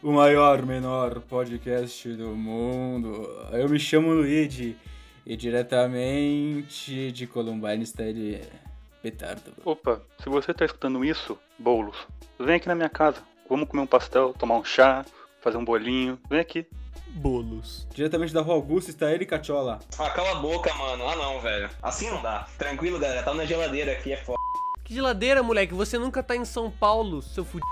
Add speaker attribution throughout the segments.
Speaker 1: o maior, menor podcast do mundo. Eu me chamo Luigi e diretamente de Columbine está ele petardo.
Speaker 2: Opa, se você tá escutando isso, bolos, vem aqui na minha casa. Vamos comer um pastel, tomar um chá, fazer um bolinho. Vem aqui.
Speaker 3: Bolos.
Speaker 1: Diretamente da Rua Augusta está ele Cachola.
Speaker 4: Ah, cala a boca, mano. Ah, não, velho. Assim não dá. Tranquilo, galera. Tá na geladeira aqui, é foda.
Speaker 3: Que geladeira, moleque. Você nunca tá em São Paulo, seu fudido.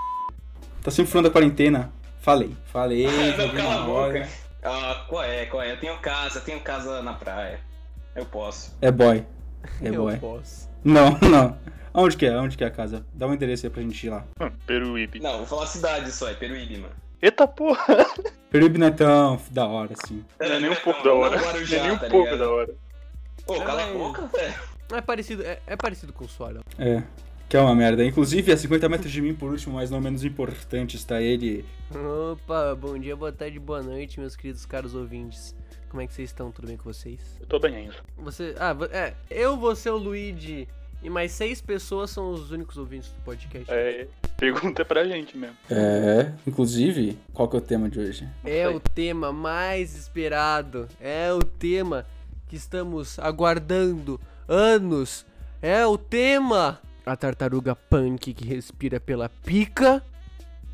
Speaker 1: Tá sempre falando da quarentena. Falei, falei.
Speaker 4: Não,
Speaker 1: joguei
Speaker 4: cala
Speaker 1: na
Speaker 4: a
Speaker 1: bola.
Speaker 4: boca. Ah, qual é, qual é? Eu tenho casa, eu tenho casa na praia. Eu posso.
Speaker 1: É boy. É
Speaker 3: Eu
Speaker 1: boy.
Speaker 3: posso.
Speaker 1: Não, não. Aonde que é? Aonde que é a casa? Dá um endereço aí pra gente ir lá.
Speaker 2: Hum, Peruíbe.
Speaker 4: Não, vou falar cidade só, é Peruíbe, mano.
Speaker 2: Eita porra!
Speaker 1: Peruíbe não é tão da hora, assim.
Speaker 2: Não é nem um
Speaker 4: Não,
Speaker 2: pouco
Speaker 4: não,
Speaker 2: da hora.
Speaker 4: não,
Speaker 2: Não
Speaker 4: Guarujá,
Speaker 2: é nem um
Speaker 4: tá
Speaker 2: pouco
Speaker 4: ligado?
Speaker 2: da hora.
Speaker 4: Pô, cala a
Speaker 3: Ai.
Speaker 4: boca, velho.
Speaker 3: É parecido, é, é parecido com o Suarão.
Speaker 1: É. Que é uma merda. Inclusive, a 50 metros de mim, por último, mas não menos importante, está ele.
Speaker 3: Opa, bom dia, boa tarde, boa noite, meus queridos caros ouvintes. Como é que vocês estão? Tudo bem com vocês?
Speaker 2: Eu tô bem ainda.
Speaker 3: Você. Ah, vo- é. Eu, você, o Luigi e mais seis pessoas são os únicos ouvintes do podcast.
Speaker 2: É, pergunta pra gente mesmo.
Speaker 1: É. Inclusive, qual que é o tema de hoje?
Speaker 3: É
Speaker 2: sei.
Speaker 3: o tema mais esperado. É o tema que estamos aguardando anos. É o tema. A tartaruga punk que respira pela pica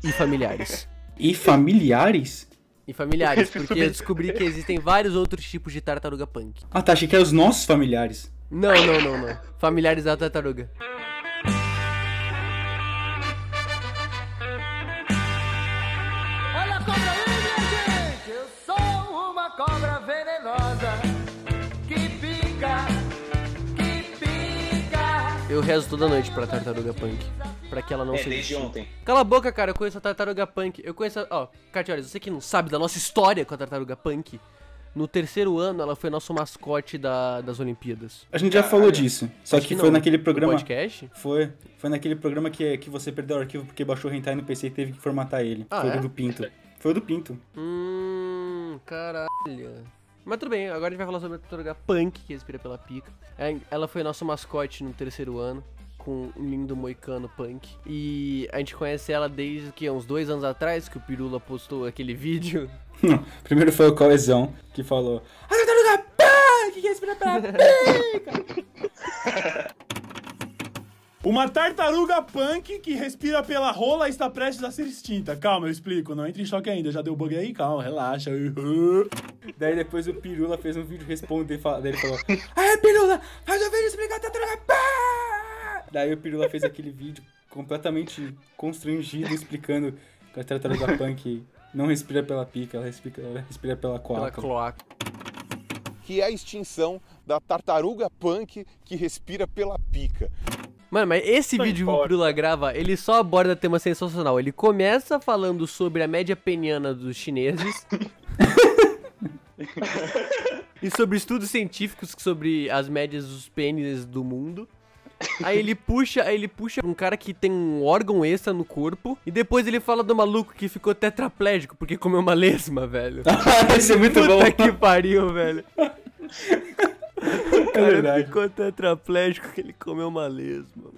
Speaker 3: e familiares.
Speaker 1: E familiares?
Speaker 3: E familiares,
Speaker 2: Esse
Speaker 3: porque eu
Speaker 2: sub-
Speaker 3: descobri que existem vários outros tipos de tartaruga punk.
Speaker 1: Ah, tá. Achei que eram os nossos familiares.
Speaker 3: Não, não, não, não. Familiares da tartaruga.
Speaker 5: Olha a cobra aí, minha gente! Eu sou uma cobra venenosa que pica, que pica.
Speaker 3: Eu rezo toda noite pra tartaruga punk. Pra que ela não
Speaker 4: É,
Speaker 3: seja.
Speaker 4: desde ontem.
Speaker 3: Cala a boca, cara, eu conheço a Tartaruga Punk. Eu conheço, a- ó, Catiores, você que não sabe da nossa história com a Tartaruga Punk, no terceiro ano ela foi nosso mascote da- das Olimpíadas.
Speaker 1: A gente já falou disso. Só
Speaker 3: Acho
Speaker 1: que,
Speaker 3: que
Speaker 1: foi
Speaker 3: não.
Speaker 1: naquele
Speaker 3: No
Speaker 1: programa.
Speaker 3: podcast?
Speaker 1: Foi. Foi naquele programa que, que você perdeu o arquivo porque baixou o hentai no PC e teve que formatar ele.
Speaker 3: Ah,
Speaker 1: foi
Speaker 3: é?
Speaker 1: o do Pinto. Foi o do Pinto.
Speaker 3: Hum, caralho. Mas tudo bem, agora a gente vai falar sobre a Tartaruga Punk, que respira pela pica. É, Ela foi nosso mascote no terceiro ano. Com um lindo moicano punk. E a gente conhece ela desde que? Uns dois anos atrás, que o Pirula postou aquele vídeo
Speaker 1: Primeiro foi o Cauezão que falou: A tartaruga punk! Que é respira pra
Speaker 6: Uma tartaruga punk que respira pela rola está prestes a ser extinta. Calma, eu explico. Não entre em choque ainda. Já deu bug aí? Calma, relaxa. Uhum.
Speaker 1: Daí depois o Pirula fez um vídeo responder, fa- daí ele falou: Aê, Pirula, faz um vídeo explicando a tartaruga pá! Daí o Pirula fez aquele vídeo completamente constrangido explicando que a tartaruga punk não respira pela pica, ela respira, ela respira pela
Speaker 3: pela
Speaker 1: coaca.
Speaker 3: cloaca.
Speaker 7: que é a extinção da tartaruga punk que respira pela pica.
Speaker 3: Mano, mas esse vídeo que o Pirula grava, ele só aborda tema sensacional. Ele começa falando sobre a média peniana dos chineses. e sobre estudos científicos sobre as médias dos pênis do mundo. Aí ele puxa, aí ele puxa um cara que tem um órgão extra no corpo. E depois ele fala do maluco que ficou tetraplégico porque comeu uma lesma, velho.
Speaker 1: Isso é muito
Speaker 3: Puta
Speaker 1: bom.
Speaker 3: que pariu, velho. O cara
Speaker 1: É verdade.
Speaker 3: ficou tetraplégico que ele comeu uma lesma.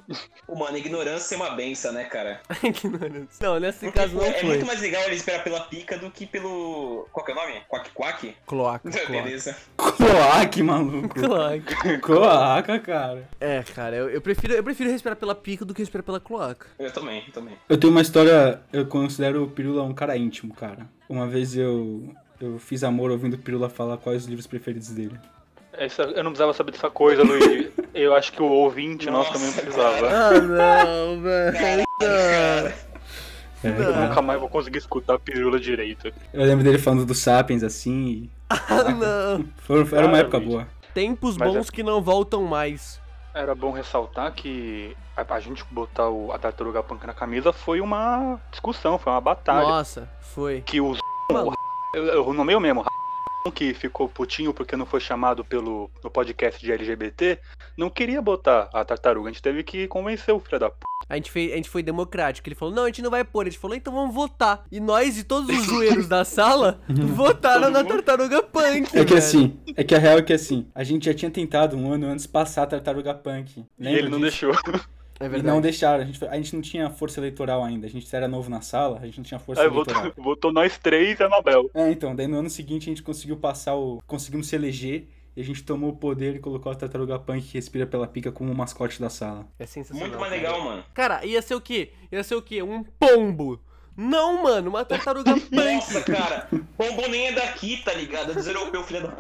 Speaker 4: Pô, mano, ignorância é uma benção, né, cara?
Speaker 3: Ignorância. Não, nesse caso não
Speaker 4: é
Speaker 3: foi.
Speaker 4: muito mais legal ele esperar pela pica do que pelo. Qual que é o nome? Quack Quack?
Speaker 3: Cloaca, cloaca.
Speaker 4: Beleza.
Speaker 1: Cloaque, maluco.
Speaker 3: Cloaca.
Speaker 1: Cloaca, cara.
Speaker 3: É, cara, eu, eu prefiro, eu prefiro respirar pela pica do que respirar pela cloaca.
Speaker 4: Eu também, eu também.
Speaker 1: Eu tenho uma história, eu considero o Pirula um cara íntimo, cara. Uma vez eu, eu fiz amor ouvindo o Pirula falar quais os livros preferidos dele.
Speaker 2: É, Essa- eu não precisava saber dessa coisa, Luigi. Eu acho que o ouvinte nosso
Speaker 4: Nossa,
Speaker 2: também não precisava.
Speaker 3: Ah, não, velho.
Speaker 1: É,
Speaker 2: Eu
Speaker 1: cara.
Speaker 2: nunca mais vou conseguir escutar a pirula direito.
Speaker 1: Eu lembro dele falando do Sapiens assim. e
Speaker 3: Ah, não.
Speaker 1: foi- foi- era uma
Speaker 2: Cara,
Speaker 1: época
Speaker 2: bicho.
Speaker 1: boa.
Speaker 3: Tempos
Speaker 2: Mas
Speaker 3: bons que não voltam mais.
Speaker 2: Era bom ressaltar que a, a gente botar o- a tartaruga punk na camisa foi uma discussão, foi uma batalha.
Speaker 3: Nossa, foi.
Speaker 2: Que os.
Speaker 3: Mano.
Speaker 2: Eu, eu nomeio mesmo. o Que ficou putinho porque não foi chamado pelo no podcast de LGBT, não queria botar a tartaruga. A gente teve que convencer o filho da p.
Speaker 3: A gente, fez, a gente foi democrático. Ele falou, não, a gente não vai pôr. A gente falou, então vamos votar. E nós e todos os zoeiros da sala votaram na tartaruga punk,
Speaker 1: É que
Speaker 3: velho.
Speaker 1: assim, é que a real é que assim, a gente já tinha tentado um ano antes passar a Tartaruga Punk.
Speaker 2: E
Speaker 1: Lembra
Speaker 2: ele não
Speaker 1: disso?
Speaker 2: deixou.
Speaker 3: É
Speaker 1: E
Speaker 3: verdade.
Speaker 1: não deixaram. A gente, foi- a gente não tinha força eleitoral ainda. A gente era novo na sala, a gente não tinha força
Speaker 2: Aí
Speaker 1: eleitoral.
Speaker 2: votou, votou nós três e a Mabel.
Speaker 1: É, então, daí no ano seguinte a gente conseguiu passar o. Conseguimos se eleger e a gente tomou o poder e colocou a tartaruga punk que respira pela pica como o mascote da sala.
Speaker 3: É sensacional.
Speaker 4: Muito mais
Speaker 3: cara.
Speaker 4: legal, mano.
Speaker 3: Cara, ia ser o quê? Ia ser o quê? Um pombo. Não, mano, uma tartaruga punk.
Speaker 4: Nossa, cara. Pombo nem é daqui, tá ligado? É dos europeus, filha da p.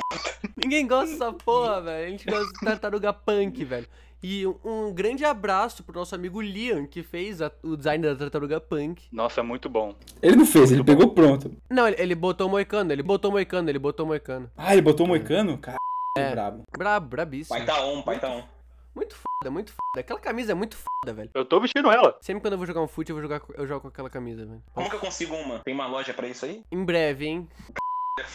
Speaker 3: Ninguém gosta dessa porra, velho. A gente gosta de tartaruga punk, velho. E um- um grande abraço pro nosso amigo Liam, que fez a- o design da tartaruga punk.
Speaker 2: Nossa, é muito bom.
Speaker 1: Ele não fez, ele pegou pronto.
Speaker 3: Não, ele, ele botou moicano, ele botou moicano, ele botou moicano.
Speaker 1: Ah, ele
Speaker 2: É.
Speaker 1: botou o moicano? Cara, brabo.
Speaker 3: Brabo, brabíssimo.
Speaker 4: Pai tá on, pai tá on.
Speaker 3: Muito foda, muito foda. Aquela camisa é muito foda, velho.
Speaker 2: Eu tô vestindo ela.
Speaker 3: Sempre quando eu vou jogar um fute, eu, vou jogar, co- eu jogo com aquela camisa, velho.
Speaker 4: Como que eu consigo uma? Tem uma loja pra isso aí?
Speaker 3: Em breve, hein?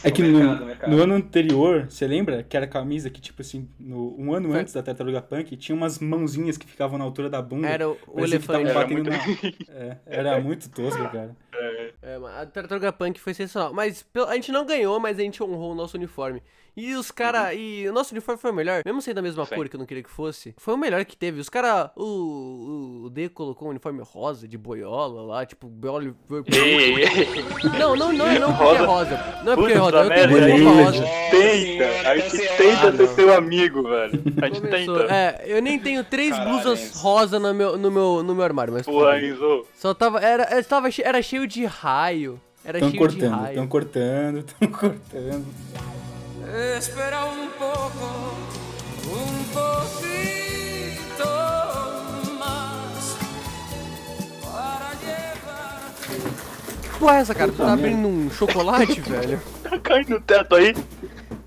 Speaker 1: É que no,
Speaker 4: mercado, mercado.
Speaker 1: no ano anterior, você lembra que era camisa que, tipo assim, no, um ano
Speaker 3: Foi.
Speaker 1: antes da tartaruga punk, tinha umas mãozinhas que ficavam na altura da bunda.
Speaker 3: Era o, o
Speaker 1: Parecia que tava
Speaker 3: elefante.
Speaker 2: Era
Speaker 1: batendo
Speaker 2: muito...
Speaker 1: na- É, era muito tosco, cara.
Speaker 3: É, mas a Tartaruga Punk foi sensacional. Mas pe- a gente não ganhou, mas a gente honrou o nosso uniforme. E os cara. E o nosso uniforme foi o melhor. Mesmo sendo da mesma
Speaker 2: Uhum. Sim.
Speaker 3: cor que eu não queria que fosse. Foi o melhor que teve. Os cara. O, o, o D colocou um uniforme rosa de boiola lá, tipo, boiola.
Speaker 2: Ei, ei,
Speaker 3: Não, não, não, é não porque é rosa. Não é porque
Speaker 2: Puta
Speaker 3: é rosa. Eu tenho
Speaker 2: merda,
Speaker 3: roupa
Speaker 1: hein?
Speaker 3: rosa.
Speaker 2: tenta. A gente
Speaker 4: Cancelado.
Speaker 2: tenta ser seu amigo, velho. A gente
Speaker 3: Começou.
Speaker 2: tenta.
Speaker 3: É, eu nem tenho três
Speaker 4: Caralho,
Speaker 3: blusas
Speaker 4: Enzo.
Speaker 3: rosa no meu, no, meu, no meu armário, mas. tudo
Speaker 2: Porra,
Speaker 3: bem.
Speaker 2: Enzo.
Speaker 3: Só tava. Era, era, tava che- era cheio de raio. Era
Speaker 1: Tão
Speaker 3: cheio de
Speaker 1: cortando,
Speaker 3: raio.
Speaker 1: tão cortando, tão cortando.
Speaker 5: Espera un poco, un poquito más para llevar.
Speaker 3: Que porra é essa, cara? Tu tá abrindo um chocolate, velho?
Speaker 2: Tá caindo no teto aí.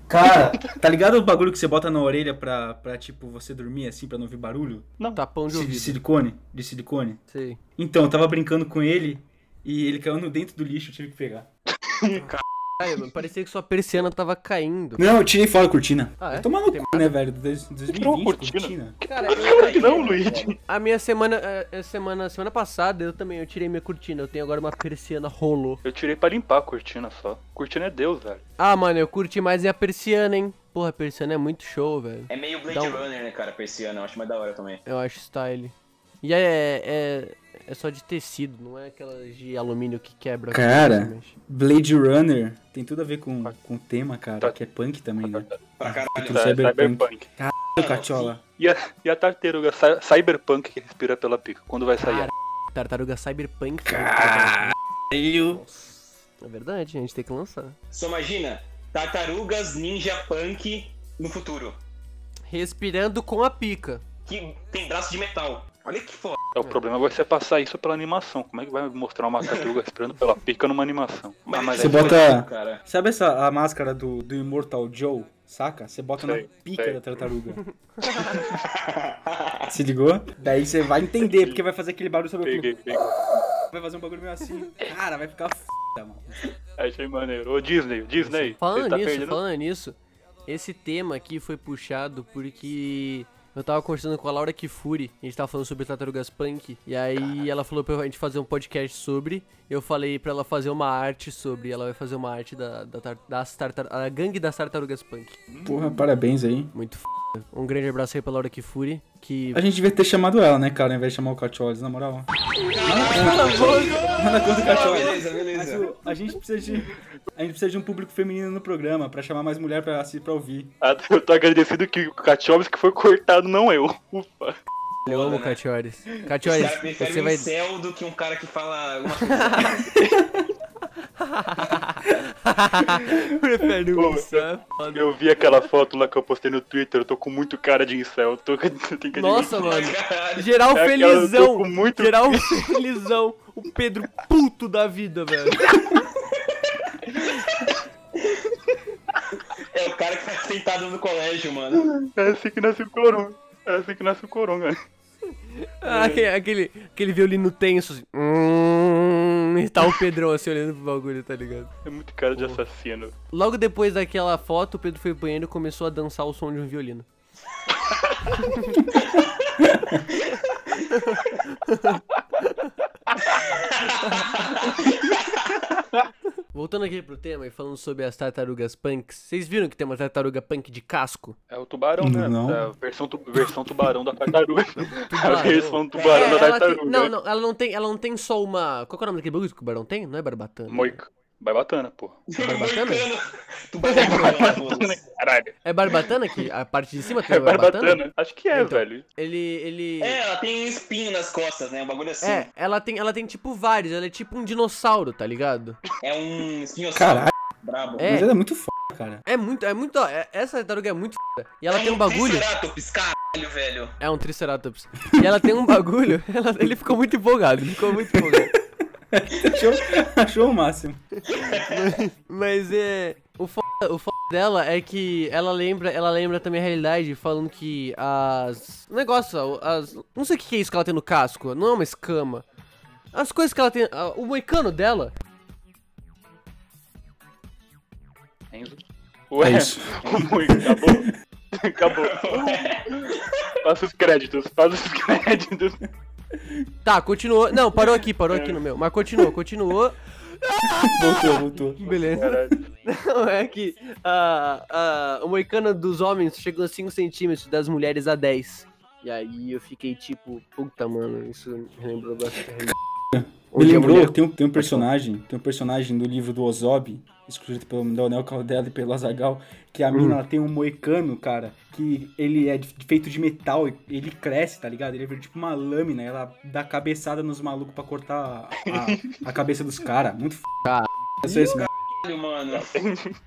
Speaker 1: Cara, tá ligado o bagulho que você bota na orelha pra, pra tipo, você dormir assim, pra não ouvir barulho?
Speaker 3: Tapão Tá de
Speaker 1: De, de
Speaker 3: ouvido.
Speaker 1: silicone? De silicone?
Speaker 3: Sei.
Speaker 1: Então, eu tava brincando com ele e ele caiu no dentro do lixo, eu tive que pegar.
Speaker 3: Ai, mano, parecia que sua persiana tava caindo.
Speaker 1: Não, eu tirei fora a cortina.
Speaker 3: Ah, é?
Speaker 1: Vai tomar no cu, né, velho? Dois- 2020,
Speaker 2: tirou a
Speaker 1: cortina.
Speaker 2: cortina?
Speaker 3: Cara, é né?
Speaker 2: Claro que não, Luigi.
Speaker 3: a minha semana, é, é semana, semana passada eu também, eu tirei minha cortina, eu tenho agora uma persiana rolou.
Speaker 2: Eu tirei pra limpar a cortina só. Cortina é Deus, velho.
Speaker 3: Ah, mano, eu curti mais minha persiana, hein? Porra, a persiana é muito show, velho.
Speaker 4: É meio Blade
Speaker 3: Dá um-
Speaker 4: Runner, né, cara? Persiana, eu acho mais da hora também.
Speaker 3: Eu acho style. E é, é, é só de tecido, não é aquelas de alumínio que quebra. né,
Speaker 1: Cara.
Speaker 3: facilmente.
Speaker 1: Blade Runner tem tudo a ver com com o tema, cara, que é punk também, né?
Speaker 4: Pra caralho.
Speaker 1: Tudo
Speaker 2: É,
Speaker 1: cyberpunk.
Speaker 2: cyberpunk.
Speaker 1: Ô, Catiola.
Speaker 2: E a, e a tartaruga cy- cyberpunk que respira pela pica? Quando vai sair? É
Speaker 3: Cara. Tartaruga Cyberpunk. Caralho! É verdade, a gente tem que lançar.
Speaker 4: Só imagina, tartarugas ninja punk no futuro.
Speaker 3: Respirando com a pica.
Speaker 4: Que tem braço de metal. Olha que foda.
Speaker 2: É, o problema vai ser passar isso pela animação. Como é que vai mostrar uma tartaruga respirando pela pica numa animação? Ah, mas
Speaker 1: Você
Speaker 2: é-
Speaker 1: bota-
Speaker 4: Cara.
Speaker 1: Sabe essa a máscara do, do Immortal Joe? Saca? Você bota
Speaker 2: Sei,
Speaker 1: na pica
Speaker 2: sei.
Speaker 1: da tartaruga. Se ligou? Daí você vai entender, porque vai fazer aquele barulho sobre o
Speaker 2: Peguei, peguei.
Speaker 1: Vai fazer um bagulho meio assim. Cara, vai ficar foda, mano.
Speaker 2: Achei maneiro. Ô Disney, Disney.
Speaker 3: Falando
Speaker 2: você tá
Speaker 3: nisso,
Speaker 2: perdendo
Speaker 3: falando nisso, esse tema aqui foi puxado porque eu tava conversando com a Laura Kifuri, a gente tava falando sobre tartarugas punk, e aí ela falou pra gente fazer um podcast sobre, eu falei pra ela fazer uma arte sobre, ela vai fazer uma arte da, da tar- das tartar, a gangue das tartarugas punk.
Speaker 1: Porra, parabéns aí.
Speaker 3: Muito f... Um grande abraço aí pra Laura Kifuri, que...
Speaker 1: A gente devia ter chamado ela, né, cara, ao invés de chamar o Cachorros, na moral. Manda conta do
Speaker 4: Ah,
Speaker 1: Cachorros.
Speaker 4: beleza,
Speaker 1: Mas
Speaker 4: beleza.
Speaker 1: o- a gente precisa de. A gente precisa de um público feminino no programa, pra chamar mais mulher pra, assi- pra ouvir.
Speaker 2: Ah, eu tô agradecido que o Kachovski foi cortado, não eu. Ufa.
Speaker 3: Eu amo
Speaker 4: né?
Speaker 3: Catiores.
Speaker 4: Os
Speaker 3: Catiores,
Speaker 4: caras preferem
Speaker 3: você
Speaker 4: um
Speaker 3: vai...
Speaker 4: céu do que um cara que fala alguma coisa.
Speaker 3: Prefere
Speaker 2: Pô,
Speaker 3: isso, é foda.
Speaker 2: Eu vi aquela foto lá que eu postei no Twitter, eu tô com muito cara de incel. eu Tô... tem que admitir.
Speaker 3: Nossa, mano.
Speaker 4: Caralho.
Speaker 3: Geral
Speaker 2: É aquela- eu tô
Speaker 3: felizão.
Speaker 2: com muito-
Speaker 3: Geral felizão. O Pedro puto da vida, velho.
Speaker 4: É o cara que tá sentado no colégio, mano.
Speaker 2: É assim que nasce o coronga. É assim que nasce o coronga.
Speaker 3: Ah, aquele, aquele, aquele violino tenso, assim. Hum, e tá o Pedrão assim olhando pro bagulho, tá ligado?
Speaker 2: É muito cara de assassino.
Speaker 3: Logo depois daquela foto, o Pedro foi pro banheiro e começou a dançar o som de um violino. Voltando aqui pro tema e falando sobre as tartarugas punks, vocês viram que tem uma tartaruga punk de casco?
Speaker 2: É o tubarão, né?
Speaker 1: Não.
Speaker 2: É a versão, tu- versão tubarão da tartaruga.
Speaker 3: Tubarão.
Speaker 2: a versão tubarão da
Speaker 3: né? é, ela tem-
Speaker 2: tartaruga.
Speaker 3: não, não, ela não tem, ela não tem só uma. Qual que é o nome daquele bagulho que o tubarão tem? Não é barbatana?
Speaker 2: Moica. Barbatana, porra.
Speaker 3: barbatana?
Speaker 4: Moicano. Tubarão.
Speaker 2: Caralho.
Speaker 3: É barbatana que a parte de cima tem
Speaker 2: É
Speaker 3: uma barbatana?
Speaker 2: barbatana? Acho que é,
Speaker 3: Então.
Speaker 2: velho.
Speaker 3: Ele ele
Speaker 4: É, ela tem um espinho nas costas, né? Um bagulho assim.
Speaker 3: É, ela tem, ela tem tipo vários, ela é tipo um dinossauro, tá ligado?
Speaker 4: É um espinho
Speaker 1: Caralho.
Speaker 4: brabo.
Speaker 3: É.
Speaker 1: Mas ela é muito foda, cara.
Speaker 3: É muito, é muito, é- essa tartaruga é muito foda. E ela
Speaker 4: É
Speaker 3: tem um bagulho,
Speaker 4: Triceratops, caralho, velho.
Speaker 3: é um triceratops. E ela tem um bagulho, ela- ele ficou muito empolgado, ele ficou muito empolgado.
Speaker 1: Achou, achou o máximo.
Speaker 3: Mas é. O foda, o foda dela é que ela lembra, ela lembra também a realidade, falando que as. o Negócio, as. Não sei o que que é isso que ela tem no casco, não é uma escama. As coisas que ela tem. a- O moicano dela.
Speaker 2: Enzo. Ué,
Speaker 1: É isso.
Speaker 2: o Moica, acabou. acabou. Passa os créditos, passa os créditos.
Speaker 3: Tá, continuou. Não, parou aqui, parou aqui no meu. Mas continuou, continuou.
Speaker 1: Voltou, voltou.
Speaker 3: Beleza.
Speaker 2: Caralho.
Speaker 3: Não, é que a- a- o moicano dos homens chegou a 5 centímetros, das mulheres a 10. E aí eu fiquei tipo, puta mano, isso me lembrou bastante.
Speaker 1: Me
Speaker 3: Onde a mulher-
Speaker 1: lembrou, tem um, tem um personagem, tem um personagem do livro do Ozob, escrito pelo Daniel Caldela e pelo Azagal, que a mina ela tem um moicano, cara, que ele é de- feito de metal, e ele cresce, tá ligado? Ele é tipo uma lâmina, ela dá cabeçada nos malucos pra cortar a, a cabeça dos caras. Muito f.
Speaker 3: Caralho.
Speaker 1: É só isso, mesmo.
Speaker 4: Caralho, mano.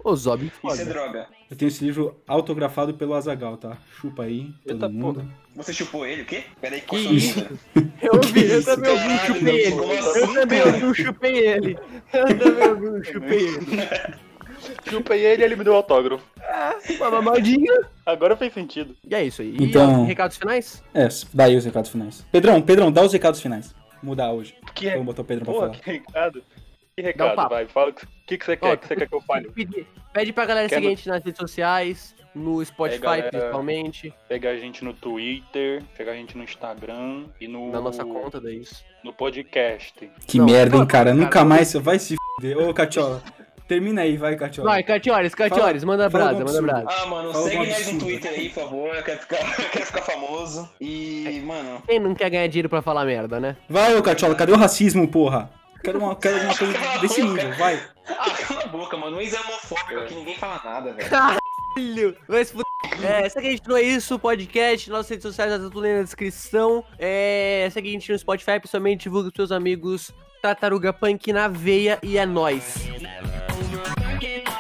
Speaker 3: Ô, Zob,
Speaker 4: Isso é
Speaker 3: É foda.
Speaker 4: droga.
Speaker 1: Eu tenho esse livro autografado pelo Azagal, tá? Chupa aí, todo
Speaker 2: Eita
Speaker 1: mundo.
Speaker 4: Você chupou ele, o quê? Peraí, que
Speaker 3: isso?
Speaker 4: coçou
Speaker 3: Eu ouvi, eu também ouvi um
Speaker 4: Caralho,
Speaker 3: chupei ele.
Speaker 4: como
Speaker 3: Eu
Speaker 4: assim,
Speaker 3: também
Speaker 4: cara?
Speaker 3: ouvi um chupei ele. Eu também ouvi um chupei ele.
Speaker 2: Chupei ele e ele me deu autógrafo.
Speaker 3: Uma mamadinha.
Speaker 2: Agora fez sentido.
Speaker 3: E é isso aí. E
Speaker 1: Então-
Speaker 3: ó, recados finais?
Speaker 1: É, daí os recados finais. Pedrão, Pedrão, dá os recados finais. Mudar hoje.
Speaker 2: Que é...
Speaker 1: Vamos botar o Pedrão pra
Speaker 2: Porra,
Speaker 1: falar.
Speaker 2: que recado. Que
Speaker 3: Dá um
Speaker 2: recado,
Speaker 3: papo.
Speaker 2: vai. Fala o que, que, que você
Speaker 3: Ó,
Speaker 2: quer. O que você quer que eu fale?
Speaker 3: Pedi- Pede pra galera
Speaker 2: Quer no-
Speaker 3: seguir a gente nas redes sociais, no Spotify
Speaker 2: galera.
Speaker 3: principalmente,
Speaker 2: Pegar a gente no Twitter, pegar a gente no Instagram e no,
Speaker 3: na nossa conta, daí isso.
Speaker 2: no podcast.
Speaker 1: Que
Speaker 3: Não,
Speaker 1: merda, hein,
Speaker 3: foda,
Speaker 1: cara.
Speaker 3: cara.
Speaker 1: Nunca mais você vai se fuder. Ô, Catiola. Termina aí, vai, Catiola.
Speaker 3: Vai, Catiores, Catiores, manda
Speaker 1: fala
Speaker 3: brasa,
Speaker 1: algum
Speaker 3: manda
Speaker 1: absurdo.
Speaker 3: brasa.
Speaker 4: Ah, mano,
Speaker 3: um
Speaker 1: Fala
Speaker 4: segue
Speaker 1: algum
Speaker 4: nós no
Speaker 1: absurdo.
Speaker 4: Twitter aí, por favor. Eu quero ficar, eu quero ficar famoso. E, mano,
Speaker 3: Quem não quer ganhar dinheiro pra falar merda, né?
Speaker 1: Vai, ô, Catiola. Cadê o racismo, porra? Quero uma, quero uma coisa desse nível, vai.
Speaker 4: ah, cala a boca, mano. O Enzo é homofóbico aqui, ninguém fala nada, velho.
Speaker 3: Caralho! Vai se fuder. É, segue a gente no É Isso, podcast, nossas redes sociais, tá tudo aí na descrição. É, segue a gente no Spotify, principalmente divulga pros seus amigos. Tartaruga Punk na veia e é nóis.
Speaker 5: Thank you.